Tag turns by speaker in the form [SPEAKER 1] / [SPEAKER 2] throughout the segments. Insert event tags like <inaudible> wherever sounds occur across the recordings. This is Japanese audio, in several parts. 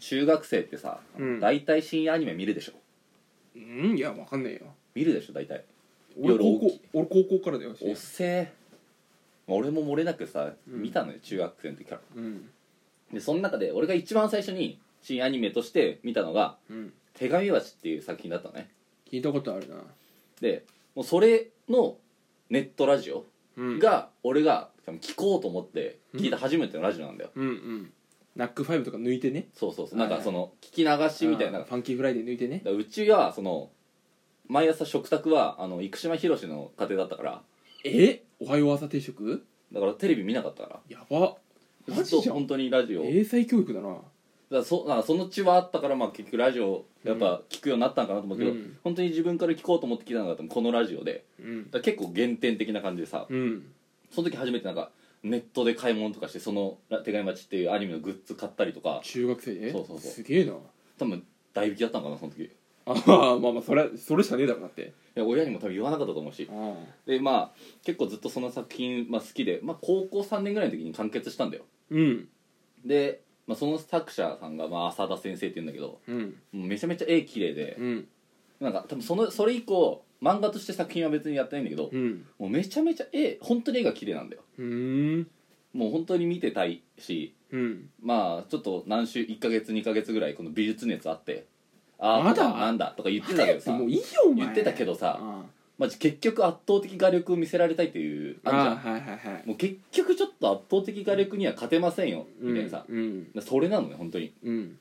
[SPEAKER 1] 中学生ってさ、
[SPEAKER 2] うん
[SPEAKER 1] 大体深夜アニメ見るでしょ
[SPEAKER 2] うんいやわかんねえよ
[SPEAKER 1] 見るでしょ大体
[SPEAKER 2] 俺
[SPEAKER 1] 夜
[SPEAKER 2] 高
[SPEAKER 1] 起
[SPEAKER 2] 校俺高校からだよ
[SPEAKER 1] おっせえまあ俺も漏れなくさ
[SPEAKER 2] うん
[SPEAKER 1] 見たのよ、中学生の時から
[SPEAKER 2] うん
[SPEAKER 1] でその中で俺が一番最初に新アニメとして見たのが
[SPEAKER 2] うん
[SPEAKER 1] 「手紙鉢」っていう作品だったのね
[SPEAKER 2] 聞いたことあるな
[SPEAKER 1] でもうそれのネットラジオ
[SPEAKER 2] うん
[SPEAKER 1] が俺が多分聞こうと思って聞いた初めてのラジオなんだよ、
[SPEAKER 2] うんうんナックファイブとか抜いてね
[SPEAKER 1] そうそうそう
[SPEAKER 2] は
[SPEAKER 1] ないん
[SPEAKER 2] はい
[SPEAKER 1] かその聞き流しみたいな
[SPEAKER 2] あーファンキーフライデー抜いてね
[SPEAKER 1] だからうちはその毎朝食卓はあの生島ひろしの家庭だったから
[SPEAKER 2] えおはよう朝定食
[SPEAKER 1] だからテレビ見なかったか
[SPEAKER 2] やば
[SPEAKER 1] ら
[SPEAKER 2] マ
[SPEAKER 1] ず
[SPEAKER 2] ジ
[SPEAKER 1] っ
[SPEAKER 2] じ
[SPEAKER 1] と
[SPEAKER 2] ゃん
[SPEAKER 1] 本当にラジオだか
[SPEAKER 2] 英才教育だな
[SPEAKER 1] らそだからその血はあったからまあ結局ラジオやっぱ聞くようになったんかなと思うけど、
[SPEAKER 2] うん
[SPEAKER 1] 本当に自分から聞こうと思って聞いたのが多分このラジオで
[SPEAKER 2] うん
[SPEAKER 1] だから結構原点的な感じでさ
[SPEAKER 2] うん
[SPEAKER 1] その時初めてなんかネットで買い物とかしてその「手紙待ち」っていうアニメのグッズ買ったりとか
[SPEAKER 2] 中学生で
[SPEAKER 1] そうそうそう
[SPEAKER 2] すげえな
[SPEAKER 1] 多分大引きだったんかなその時い
[SPEAKER 2] ああまあまあそれそれしかねえだろだって
[SPEAKER 1] や親にも多分言わなかったと思うし
[SPEAKER 2] ああ
[SPEAKER 1] でまあ結構ずっとその作品、まあ、好きで、まあ、高校3年ぐらいの時に完結したんだよ
[SPEAKER 2] うん
[SPEAKER 1] で、まあ、その作者さんが、まあ、浅田先生って言うんだけど
[SPEAKER 2] うん
[SPEAKER 1] もうめちゃめちゃ絵綺麗で
[SPEAKER 2] うん
[SPEAKER 1] なんか多分そのそれ以降漫画として作品は別にやってないんだけど
[SPEAKER 2] うん
[SPEAKER 1] もうめちゃめちゃ絵本当に絵が綺麗なんだよ
[SPEAKER 2] うん
[SPEAKER 1] もう本当に見てたいし
[SPEAKER 2] うん
[SPEAKER 1] まあちょっと何週1ヶ月2ヶ月ぐらいこの美術熱あってああ
[SPEAKER 2] まだ
[SPEAKER 1] なんだとか言ってたけどさ
[SPEAKER 2] もういいよお前
[SPEAKER 1] 言ってたけどさ
[SPEAKER 2] あ
[SPEAKER 1] まあ結局圧倒的画力を見せられたいっていう
[SPEAKER 2] あ
[SPEAKER 1] あるじゃん
[SPEAKER 2] はいはいはい
[SPEAKER 1] もう結局ちょっと圧倒的画力には勝てませんよみたいなさ、
[SPEAKER 2] うん
[SPEAKER 1] それなのね本当に
[SPEAKER 2] うん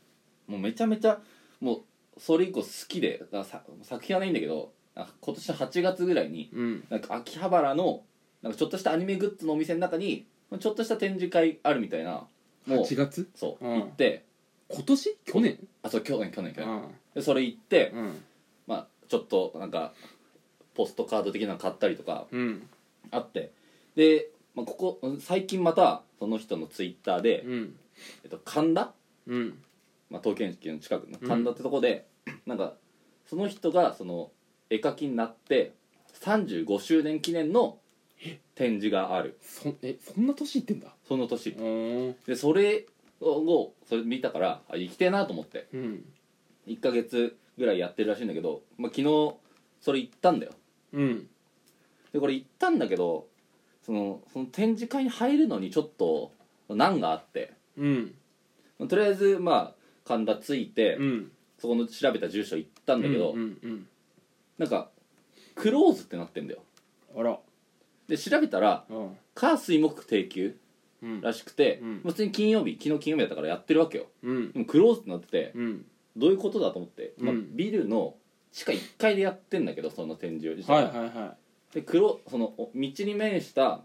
[SPEAKER 1] もうめちゃめちゃもうそれ以降好きでだからさ作品はないんだけどなんか今年の8月ぐらいに
[SPEAKER 2] うん
[SPEAKER 1] なんか秋葉原のなんかちょっとしたアニメグッズのお店の中にちょっとした展示会あるみたいなもう
[SPEAKER 2] 8月
[SPEAKER 1] そう、
[SPEAKER 2] うん
[SPEAKER 1] 行って
[SPEAKER 2] 今年去年
[SPEAKER 1] あそう去年去年去年
[SPEAKER 2] あ
[SPEAKER 1] でそれ行って、
[SPEAKER 2] あうん
[SPEAKER 1] まあ、ちょっとなんかポストカード的なの買ったりとか
[SPEAKER 2] うん
[SPEAKER 1] あってで、まあ、ここ最近またその人のツイッターで、
[SPEAKER 2] うん
[SPEAKER 1] えっと、神田
[SPEAKER 2] うん
[SPEAKER 1] まあ、東京駅の近くの神田ってとこで、 <clears throat> なんかその人がその絵描きになって35周年記念の展示がある
[SPEAKER 2] そえそんな年いってんだ
[SPEAKER 1] その年
[SPEAKER 2] うん
[SPEAKER 1] でそれをそれ見たからあ行きてえなと思って
[SPEAKER 2] うん
[SPEAKER 1] 1ヶ月ぐらいやってるらしいんだけど、まあ、昨日それ行ったんだよ
[SPEAKER 2] うん
[SPEAKER 1] でこれ行ったんだけどそのその展示会に入るのにちょっと難があって
[SPEAKER 2] うん
[SPEAKER 1] とりあえずまあ神田ついて、
[SPEAKER 2] うん
[SPEAKER 1] そこの調べた住所行ったんだけど、
[SPEAKER 2] うんうん
[SPEAKER 1] なんかクローズってなってんだよ
[SPEAKER 2] うんあら
[SPEAKER 1] で調べたら
[SPEAKER 2] うん
[SPEAKER 1] 火水木定休
[SPEAKER 2] うん
[SPEAKER 1] らしくて、
[SPEAKER 2] うん
[SPEAKER 1] まあ普通に金曜日昨日金曜日だったからやってるわけよ
[SPEAKER 2] うん
[SPEAKER 1] でもクローズってなってて
[SPEAKER 2] うん
[SPEAKER 1] どういうことだと思って、まあ
[SPEAKER 2] うん
[SPEAKER 1] ビルの地下1階でやってんだけどその展示を自体
[SPEAKER 2] は
[SPEAKER 1] はい
[SPEAKER 2] はいは
[SPEAKER 1] で黒そのお道に面した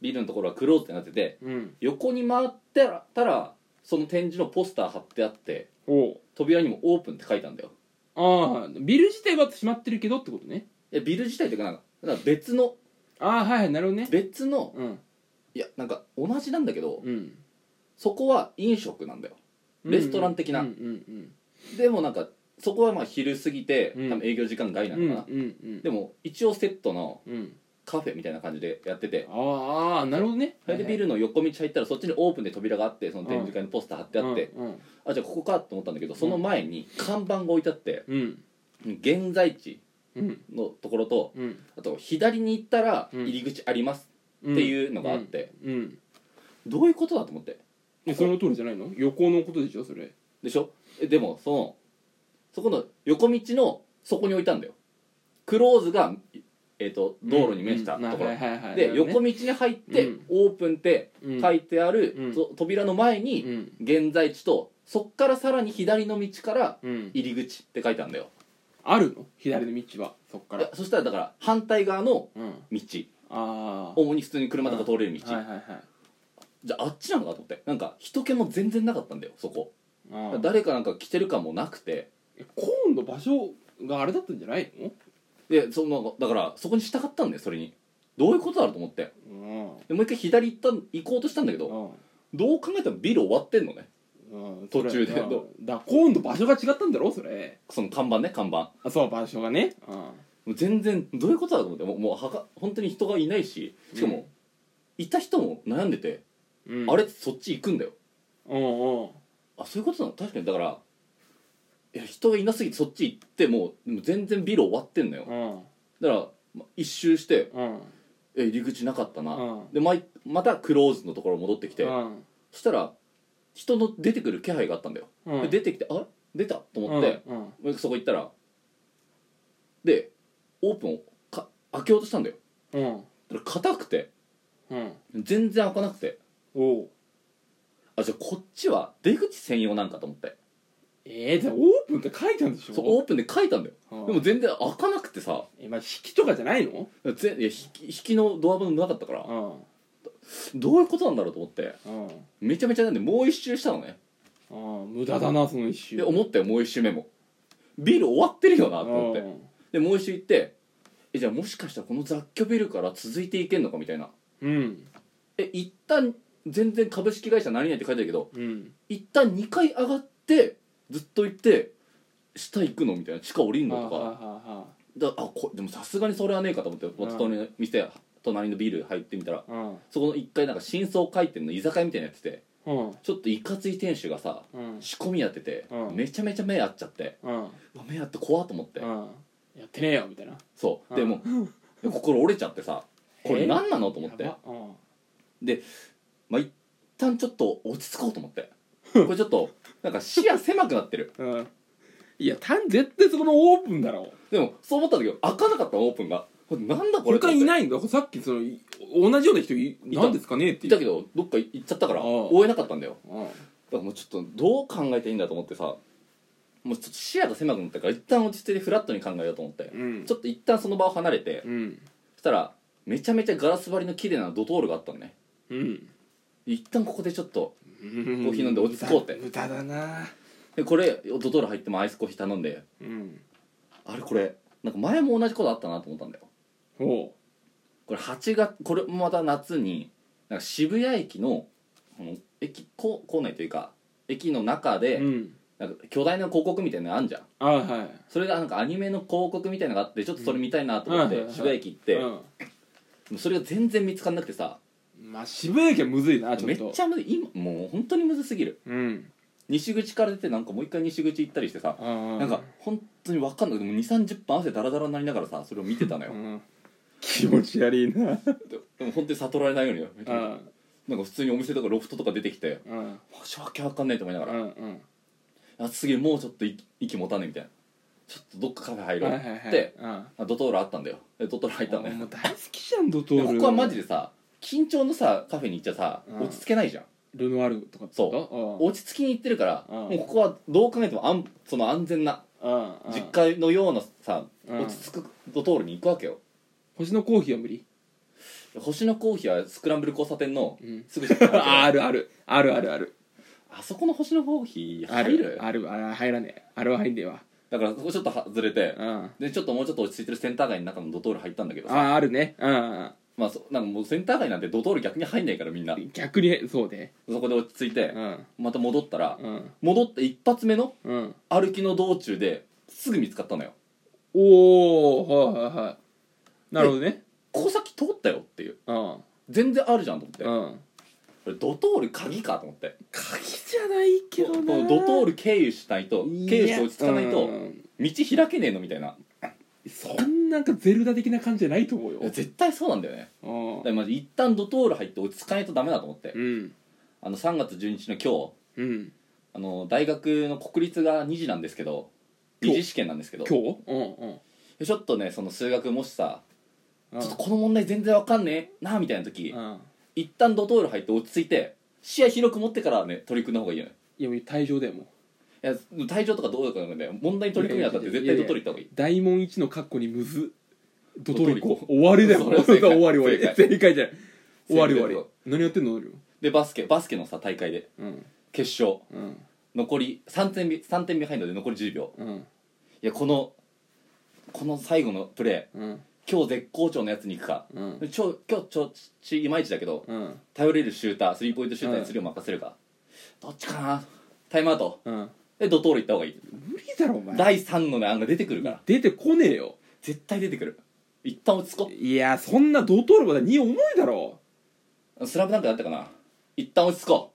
[SPEAKER 1] ビルのところはクローズってなってて
[SPEAKER 2] いうん
[SPEAKER 1] 横に回ってたらその展示のポスター貼ってあって
[SPEAKER 2] お
[SPEAKER 1] 扉にも「オープン」って書いたんだよ
[SPEAKER 2] ああビル自体は閉まってるけどってことね
[SPEAKER 1] いやビル自体というかなんかなんか別の
[SPEAKER 2] ああはいはいなるほどね
[SPEAKER 1] 別の
[SPEAKER 2] うん
[SPEAKER 1] いやなんか同じなんだけど、
[SPEAKER 2] うん
[SPEAKER 1] そこは飲食なんだよレストラン的な
[SPEAKER 2] うんうん
[SPEAKER 1] でもなんかそこはまあ昼過ぎて、
[SPEAKER 2] うん
[SPEAKER 1] 多分営業時間外
[SPEAKER 2] う
[SPEAKER 1] なんの
[SPEAKER 2] うん
[SPEAKER 1] か
[SPEAKER 2] う
[SPEAKER 1] な、
[SPEAKER 2] んうん
[SPEAKER 1] でも一応セットの
[SPEAKER 2] うん
[SPEAKER 1] カフェみたいな感じでやってて
[SPEAKER 2] ああなるほどね
[SPEAKER 1] それでビルの横道入ったらそっちにオープンで扉があってその展示会のポスター貼ってあって、
[SPEAKER 2] うん
[SPEAKER 1] あじゃあここかと思ったんだけどその前に看板が置いてあって
[SPEAKER 2] うん
[SPEAKER 1] 現在地
[SPEAKER 2] うん
[SPEAKER 1] のところと
[SPEAKER 2] うん
[SPEAKER 1] あと左に行ったら
[SPEAKER 2] うん
[SPEAKER 1] 入り口あります
[SPEAKER 2] うん
[SPEAKER 1] っていうのがあって、
[SPEAKER 2] うん
[SPEAKER 1] どういうことだと思って
[SPEAKER 2] えその通りじゃないの横のことでしょそれ
[SPEAKER 1] でしょえでもそのそこの横道のそこに置いたんだよクローズが、えー、と道路に面したところ、
[SPEAKER 2] うんはいはいはい
[SPEAKER 1] で、
[SPEAKER 2] なるほ
[SPEAKER 1] 横
[SPEAKER 2] どね
[SPEAKER 1] 道に入って、
[SPEAKER 2] うん
[SPEAKER 1] オープンって
[SPEAKER 2] うん
[SPEAKER 1] 書いてある、
[SPEAKER 2] うん
[SPEAKER 1] そ扉の前に、
[SPEAKER 2] うん
[SPEAKER 1] 現在地とそっからさらに左の道から
[SPEAKER 2] うん
[SPEAKER 1] 入り口って書いてあるんだよ
[SPEAKER 2] あるの左の道はそっか
[SPEAKER 1] いや
[SPEAKER 2] ら
[SPEAKER 1] そしたらだから反対側の
[SPEAKER 2] うん
[SPEAKER 1] 道
[SPEAKER 2] ああ
[SPEAKER 1] 主に普通に車とか通れる道、
[SPEAKER 2] はいはいはい
[SPEAKER 1] じゃああっちなのかと思ってなんか人気も全然なかったんだよそこ
[SPEAKER 2] あー
[SPEAKER 1] 誰かなんか来てる感もなくて
[SPEAKER 2] えコーンの場所があれだったんじゃないの
[SPEAKER 1] でそのだからそこに従ったんだよそれにどういうことだろうと思って
[SPEAKER 2] うん
[SPEAKER 1] でもう一回左行った行こうとしたんだけどどう考えてもビル終わってんのね
[SPEAKER 2] うん
[SPEAKER 1] 途中で
[SPEAKER 2] それうんだ今度場所が違ったんだろそれ
[SPEAKER 1] その看板ね看板も
[SPEAKER 2] あそう場所がねう
[SPEAKER 1] う全然どういうことだと思ってもうもうはか本当に人がいないししかも、
[SPEAKER 2] うん
[SPEAKER 1] いた人も悩んでて、
[SPEAKER 2] んうん
[SPEAKER 1] あれそっち行くんだよ
[SPEAKER 2] うんうん
[SPEAKER 1] あそういうことなの確かにだからいや人がいなすぎてそっち行ってもうもう全然ビル終わってんのよ
[SPEAKER 2] うん
[SPEAKER 1] だからま一周して
[SPEAKER 2] うん
[SPEAKER 1] 「え入り口なかったな」
[SPEAKER 2] うん
[SPEAKER 1] でまいまたクローズのところ戻ってきて、
[SPEAKER 2] うん
[SPEAKER 1] そしたら人の出てくる気配があったんだよ、
[SPEAKER 2] うん
[SPEAKER 1] で出てきて「あ出た」と思って、
[SPEAKER 2] うんうん
[SPEAKER 1] もうそこ行ったらでオープンをか開けようとしたんだよ
[SPEAKER 2] うん
[SPEAKER 1] だから硬くて
[SPEAKER 2] うん
[SPEAKER 1] 全然開かなくて
[SPEAKER 2] おう
[SPEAKER 1] あじゃあこっちは出口専用なんかと思って
[SPEAKER 2] えー、でもオープンって書いてあるんでしょ
[SPEAKER 1] そうオープンで書いたんだよ
[SPEAKER 2] うん
[SPEAKER 1] でも全然開かなくてさ
[SPEAKER 2] えまあ、引きとかじゃないの
[SPEAKER 1] ぜいや引き引きのドア分なかったから
[SPEAKER 2] う
[SPEAKER 1] どういうことなんだろうと思って
[SPEAKER 2] ん
[SPEAKER 1] めちゃめちゃなんでもう一周したのね
[SPEAKER 2] うんうん無駄だなその一周
[SPEAKER 1] で思ったよもう一周目もビル終わってるよなと思ってでもう一周行ってえじゃあもしかしたらこの雑居ビルから続いていけんのかみたいな
[SPEAKER 2] うん
[SPEAKER 1] え一旦全然株式会社何々って書いてあるけど
[SPEAKER 2] うん
[SPEAKER 1] 一旦2階上がってずっと行って下行くのみたいな地下降りん
[SPEAKER 2] はあ
[SPEAKER 1] のと
[SPEAKER 2] は
[SPEAKER 1] か
[SPEAKER 2] あは
[SPEAKER 1] だあこでもさすがにそれはねえかと思ってまた隣の店隣のビル入ってみたら
[SPEAKER 2] あは
[SPEAKER 1] そこの1階なんか新装開店の居酒屋みたいなのやってて
[SPEAKER 2] あうん
[SPEAKER 1] ちょっといかつい店主がさ
[SPEAKER 2] うん
[SPEAKER 1] 仕込みやってて、
[SPEAKER 2] うん
[SPEAKER 1] めちゃめちゃ目合っちゃって
[SPEAKER 2] うん
[SPEAKER 1] うわ目合って怖っと思って、
[SPEAKER 2] うんやってねえよみたいな
[SPEAKER 1] そう
[SPEAKER 2] うん
[SPEAKER 1] でもう心折れちゃってさこれ何なのと思って
[SPEAKER 2] やばうん
[SPEAKER 1] まあ一旦ちょっと落ち着こうと思ってこれちょっとなんか視野狭くなってる
[SPEAKER 2] うんいや単絶対そこのオープンだろ
[SPEAKER 1] でもそう思ったんだけど開かなかったのオープンがこれなんだこれ
[SPEAKER 2] 他い
[SPEAKER 1] い
[SPEAKER 2] ないんださっきそのい同じような人い
[SPEAKER 1] た
[SPEAKER 2] なんですかねって
[SPEAKER 1] い
[SPEAKER 2] 言
[SPEAKER 1] た
[SPEAKER 2] っ
[SPEAKER 1] けどどっか行っちゃったから
[SPEAKER 2] ああ
[SPEAKER 1] 追えなかったんだよ
[SPEAKER 2] うん
[SPEAKER 1] だからもうちょっとどう考えていいんだと思ってさもうちょっと視野が狭くなったから一旦落ち着いてフラットに考えようと思って、
[SPEAKER 2] うん
[SPEAKER 1] ちょっと一旦その場を離れて、
[SPEAKER 2] うん
[SPEAKER 1] そしたらめちゃめちゃガラス張りの綺麗なドトールがあったのね
[SPEAKER 2] うん
[SPEAKER 1] 一旦ここでちょっと
[SPEAKER 2] コ
[SPEAKER 1] コ
[SPEAKER 2] ー
[SPEAKER 1] ーヒー飲んで落ち着こうって
[SPEAKER 2] 無駄無駄だな
[SPEAKER 1] でこれドトール入ってもアイスコーヒー頼んで
[SPEAKER 2] うん
[SPEAKER 1] あれこれなんか前も同じことあったなと思ったんだよ
[SPEAKER 2] おう
[SPEAKER 1] これ8月これもまた夏になんか渋谷駅のこの駅構構内というか駅の中で、
[SPEAKER 2] うん
[SPEAKER 1] なんか巨大な広告みたいなのあんじゃん
[SPEAKER 2] あはい
[SPEAKER 1] それがなんかアニメの広告みたいなのがあってちょっとそれ見たいなと思っ
[SPEAKER 2] うん
[SPEAKER 1] て
[SPEAKER 2] はいはいはい
[SPEAKER 1] 渋谷駅行って、
[SPEAKER 2] うん
[SPEAKER 1] それが全然見つかんなくてさ
[SPEAKER 2] まあ渋谷駅はむずいなちょ
[SPEAKER 1] め
[SPEAKER 2] っ
[SPEAKER 1] っ
[SPEAKER 2] と
[SPEAKER 1] ちゃむずい今もう本当にむずすぎる
[SPEAKER 2] うん
[SPEAKER 1] 西口から出てなんかもう一回西口行ったりしてさ
[SPEAKER 2] な
[SPEAKER 1] なんか本当に分かんないでも2 3 0分汗だらだらになりながらさそれを見てたのよ、
[SPEAKER 2] うん気持ち悪いな
[SPEAKER 1] ででも本当に悟られないようによ
[SPEAKER 2] うん
[SPEAKER 1] なんか普通にお店とかロフトとか出てきて
[SPEAKER 2] うん
[SPEAKER 1] 申し訳分かんないと思いなが
[SPEAKER 2] う
[SPEAKER 1] ら、
[SPEAKER 2] んうん
[SPEAKER 1] あすげえもうちょっと息息持たねえみたいなちょっとどっかカフェ入ろう
[SPEAKER 2] は
[SPEAKER 1] っ
[SPEAKER 2] い
[SPEAKER 1] て、
[SPEAKER 2] はいはいうん
[SPEAKER 1] あドトールあったんだよでドトール入ったんだよ
[SPEAKER 2] もう大好きじゃんドト
[SPEAKER 1] で
[SPEAKER 2] ー
[SPEAKER 1] こ
[SPEAKER 2] ル
[SPEAKER 1] こはマジでさ緊張のさカフェに行っちゃさ
[SPEAKER 2] うん
[SPEAKER 1] 落ち着けないじゃん、
[SPEAKER 2] ルノワールとかってこ
[SPEAKER 1] 落ち着きに行ってるから、
[SPEAKER 2] うん
[SPEAKER 1] もうここはどう考えても安その安全な
[SPEAKER 2] とうんうん
[SPEAKER 1] 実家のようなさ、
[SPEAKER 2] うん
[SPEAKER 1] 落ち着くドトールに行くわけよ
[SPEAKER 2] 星のコーヒーは無理
[SPEAKER 1] 星のコーヒーはスクランブル交差点の
[SPEAKER 2] うん
[SPEAKER 1] すぐ近くに
[SPEAKER 2] <laughs> あ
[SPEAKER 1] ある
[SPEAKER 2] あるあるあるあるある
[SPEAKER 1] あそこの星のコーヒー
[SPEAKER 2] あ
[SPEAKER 1] 入る
[SPEAKER 2] るあるあれ入らねえあれは入んねえわ
[SPEAKER 1] だからそこちょっと外れて
[SPEAKER 2] うん
[SPEAKER 1] でちょっともうちょっと落ち着いてるセンター街の中のドトール入ったんだけどさ
[SPEAKER 2] ああるねうん
[SPEAKER 1] まあそなんかもうセンター街なんてドトール逆に入んないからみんな
[SPEAKER 2] うん逆にそうで
[SPEAKER 1] そこで落ち着いて
[SPEAKER 2] うん
[SPEAKER 1] また戻ったら
[SPEAKER 2] うん
[SPEAKER 1] 戻って一発目の
[SPEAKER 2] うん
[SPEAKER 1] 歩きの道中ですぐ見つかったのよ
[SPEAKER 2] おおはいはいはいなるほどね
[SPEAKER 1] ここ先通ったよっていう
[SPEAKER 2] うん
[SPEAKER 1] 全然あるじゃんと思って
[SPEAKER 2] うん
[SPEAKER 1] これドトール鍵かと思って
[SPEAKER 2] 鍵じゃないけど
[SPEAKER 1] こ
[SPEAKER 2] な
[SPEAKER 1] のドトール経由しないと経由して落ち着かないと
[SPEAKER 2] うん
[SPEAKER 1] 道開けねえのみたいな
[SPEAKER 2] そんなんかゼルダ的な感じじゃないと思うよ
[SPEAKER 1] いや絶対そうなんだよねだからまず一旦ドトール入って落ち着かないとダメだと思って
[SPEAKER 2] うん
[SPEAKER 1] あの3月12日の今日
[SPEAKER 2] うん
[SPEAKER 1] あの大学の国立が2次なんですけど
[SPEAKER 2] 今
[SPEAKER 1] 2
[SPEAKER 2] 日
[SPEAKER 1] 次試験なんですけど
[SPEAKER 2] 今日うんうん
[SPEAKER 1] ちょっとねその数学もしさ
[SPEAKER 2] う
[SPEAKER 1] ち
[SPEAKER 2] ん
[SPEAKER 1] ょっとこの問題全然わかんねえなみたいな時
[SPEAKER 2] うん
[SPEAKER 1] 一旦ドトール入って落ち着いて視野広く持ってからね取り組んだ方がいいよね
[SPEAKER 2] いやもう退場だよもう
[SPEAKER 1] いや退場とかどうとかなんで問題に取り組むにあたって絶対ドトール行った方がいい
[SPEAKER 2] 大門一のカッコにむずド
[SPEAKER 1] ト
[SPEAKER 2] ト
[SPEAKER 1] リ
[SPEAKER 2] リ
[SPEAKER 1] コ
[SPEAKER 2] コ終わりだよ
[SPEAKER 1] そ
[SPEAKER 2] 終
[SPEAKER 1] れは
[SPEAKER 2] わ
[SPEAKER 1] 正解
[SPEAKER 2] り終わり
[SPEAKER 1] 正解
[SPEAKER 2] 正解じゃない終わり
[SPEAKER 1] 正
[SPEAKER 2] 終
[SPEAKER 1] 解
[SPEAKER 2] わ
[SPEAKER 1] だ
[SPEAKER 2] り
[SPEAKER 1] よ
[SPEAKER 2] 何やってんのノリ
[SPEAKER 1] でバスケバスケのさ大会で
[SPEAKER 2] うん
[SPEAKER 1] 決勝
[SPEAKER 2] うん
[SPEAKER 1] 残り3点ビ3点ビハインドで残り10秒
[SPEAKER 2] うん
[SPEAKER 1] いやこのこの最後のプレ
[SPEAKER 2] うん
[SPEAKER 1] ー今日絶好調のやつに行くか
[SPEAKER 2] うん
[SPEAKER 1] ちょ今日ちょちいまいちだけど
[SPEAKER 2] うん
[SPEAKER 1] 頼れるシュータースリーポイントシューターにするよう任せるか、どっちかなタイムアウト
[SPEAKER 2] うん
[SPEAKER 1] でドトール行った方がいい
[SPEAKER 2] 無理だろお前
[SPEAKER 1] 第3のね案が出てくるから
[SPEAKER 2] 出てこねえよ
[SPEAKER 1] 絶対出てくる一旦落ち着こ
[SPEAKER 2] いやそんなドトールまでに重いだろ
[SPEAKER 1] うスラムなんかだったかな一旦落ち着こう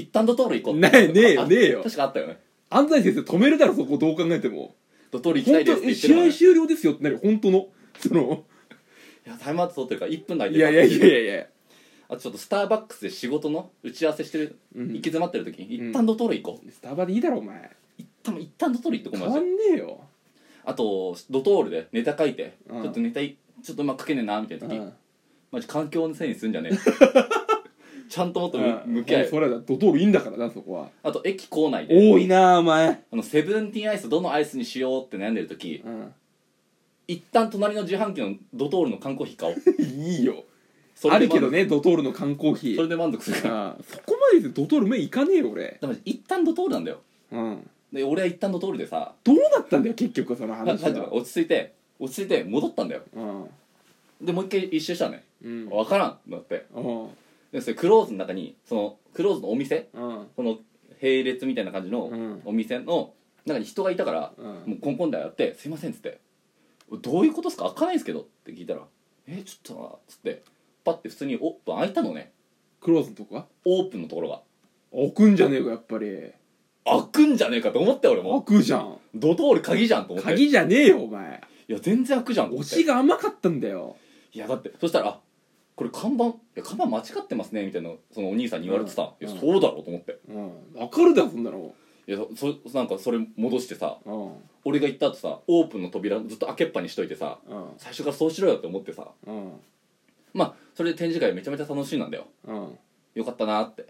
[SPEAKER 1] 一旦ドトール行こう
[SPEAKER 2] ねえねえよねえよ
[SPEAKER 1] 確かあったよね
[SPEAKER 2] 安西先生止めるだろそこどう考えても
[SPEAKER 1] ドトール行きた
[SPEAKER 2] 本
[SPEAKER 1] いですっ
[SPEAKER 2] 当
[SPEAKER 1] て言
[SPEAKER 2] え
[SPEAKER 1] って
[SPEAKER 2] 試
[SPEAKER 1] るから、
[SPEAKER 2] 合
[SPEAKER 1] ね、
[SPEAKER 2] 終了ですよってなる本当のその
[SPEAKER 1] いやタイムアウト取ってるから1分だけ
[SPEAKER 2] いやいやいやいやいや
[SPEAKER 1] あとちょっとスターバックスで仕事の打ち合わせしてる、
[SPEAKER 2] うん
[SPEAKER 1] 行き詰まってる時に
[SPEAKER 2] うん
[SPEAKER 1] 一旦ドトール行こう、
[SPEAKER 2] スタバでいいだろお前
[SPEAKER 1] 多分一旦ドトール行ってこ
[SPEAKER 2] 変
[SPEAKER 1] ま
[SPEAKER 2] わ
[SPEAKER 1] し
[SPEAKER 2] んねえよ
[SPEAKER 1] あとドトールでネタ書いて、
[SPEAKER 2] うん
[SPEAKER 1] ちょっとネタいちょっとうまく書けねえなみたいな時、
[SPEAKER 2] うん
[SPEAKER 1] マジ環境のせいにすんじゃねえ <laughs> ちゃんともっとむ、
[SPEAKER 2] うん
[SPEAKER 1] 向き合え
[SPEAKER 2] もうそれはドトールいいんだからなそこは
[SPEAKER 1] あと駅構内で
[SPEAKER 2] 多いなお前
[SPEAKER 1] あのセブンティーンアイスどのアイスにしようって悩んでる時
[SPEAKER 2] うん
[SPEAKER 1] 一旦隣の自販機のドトールの缶コーヒー買おう
[SPEAKER 2] <laughs> いいよ
[SPEAKER 1] そ
[SPEAKER 2] <laughs> あ
[SPEAKER 1] れで
[SPEAKER 2] る
[SPEAKER 1] 満足
[SPEAKER 2] けどねドトールの缶コーヒ
[SPEAKER 1] それ
[SPEAKER 2] ー
[SPEAKER 1] で満足するから
[SPEAKER 2] ああそこまででドトール目いかねえよ俺
[SPEAKER 1] でも一旦ドトールなんだよ
[SPEAKER 2] うん
[SPEAKER 1] で俺は一旦ドトールでさ
[SPEAKER 2] どうなったんだよ結局その
[SPEAKER 1] ななん
[SPEAKER 2] 話
[SPEAKER 1] ていうの
[SPEAKER 2] は
[SPEAKER 1] 落ち着いて落ち着いて戻ったんだよ
[SPEAKER 2] うん
[SPEAKER 1] でもう一回一周したのね
[SPEAKER 2] うん
[SPEAKER 1] 分からんってなって
[SPEAKER 2] うん
[SPEAKER 1] でそれクローズの中にそのクローズのお店
[SPEAKER 2] うん
[SPEAKER 1] この並列みたいな感じの
[SPEAKER 2] うん
[SPEAKER 1] お店の中に人がいたから、
[SPEAKER 2] うん
[SPEAKER 1] もうコンコンでやって「すいません」っつって「どういうことですか開かないんですけど」って聞いたら「えちょっとな」っつってパッて普通にオープン開いたのね
[SPEAKER 2] クローズのとこは
[SPEAKER 1] オープンのところが
[SPEAKER 2] 開くんじゃねえかやっぱり
[SPEAKER 1] 開くんじゃねえかと思ったよ俺
[SPEAKER 2] 開
[SPEAKER 1] も
[SPEAKER 2] くじゃん
[SPEAKER 1] ドトール鍵じゃんと思って
[SPEAKER 2] 鍵じゃねえよお前
[SPEAKER 1] いや全然開くじゃんと思
[SPEAKER 2] 推
[SPEAKER 1] って
[SPEAKER 2] しが甘かったんだよ
[SPEAKER 1] いやだってそしたらあこれ看板いや看板間違ってますねみたいなそのお兄さんに言われてさ、
[SPEAKER 2] うん
[SPEAKER 1] いや
[SPEAKER 2] うん
[SPEAKER 1] そうだろうと思って
[SPEAKER 2] うんわかるだろそんなの
[SPEAKER 1] いやそそなんかそれ戻してさ
[SPEAKER 2] う
[SPEAKER 1] 俺が行った後さオープンの扉ずっと開けっぱにしといてさ
[SPEAKER 2] ん
[SPEAKER 1] 最初からそうしろよって思ってさ
[SPEAKER 2] うんうん
[SPEAKER 1] まあそれで展示会めちゃめちゃ楽しいなんだよ
[SPEAKER 2] うん
[SPEAKER 1] よかったなって、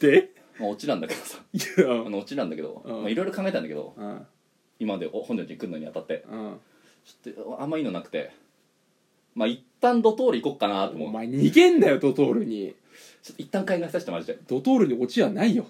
[SPEAKER 2] で
[SPEAKER 1] まあ、オチなんだけど
[SPEAKER 2] <laughs>
[SPEAKER 1] さ
[SPEAKER 2] い
[SPEAKER 1] あ
[SPEAKER 2] や
[SPEAKER 1] のオチなんだけど
[SPEAKER 2] うん
[SPEAKER 1] まあいろいろ考えたんだけど
[SPEAKER 2] うん
[SPEAKER 1] 今までお本庄に来るのにあたって
[SPEAKER 2] うん
[SPEAKER 1] ちょっとあんまいいのなくてまあ一旦ドトール行こっかなと
[SPEAKER 2] お
[SPEAKER 1] 思う
[SPEAKER 2] 前逃げんなよドトールに
[SPEAKER 1] ちょっと一旦考えさせてマジで
[SPEAKER 2] ドトールにオチはないよ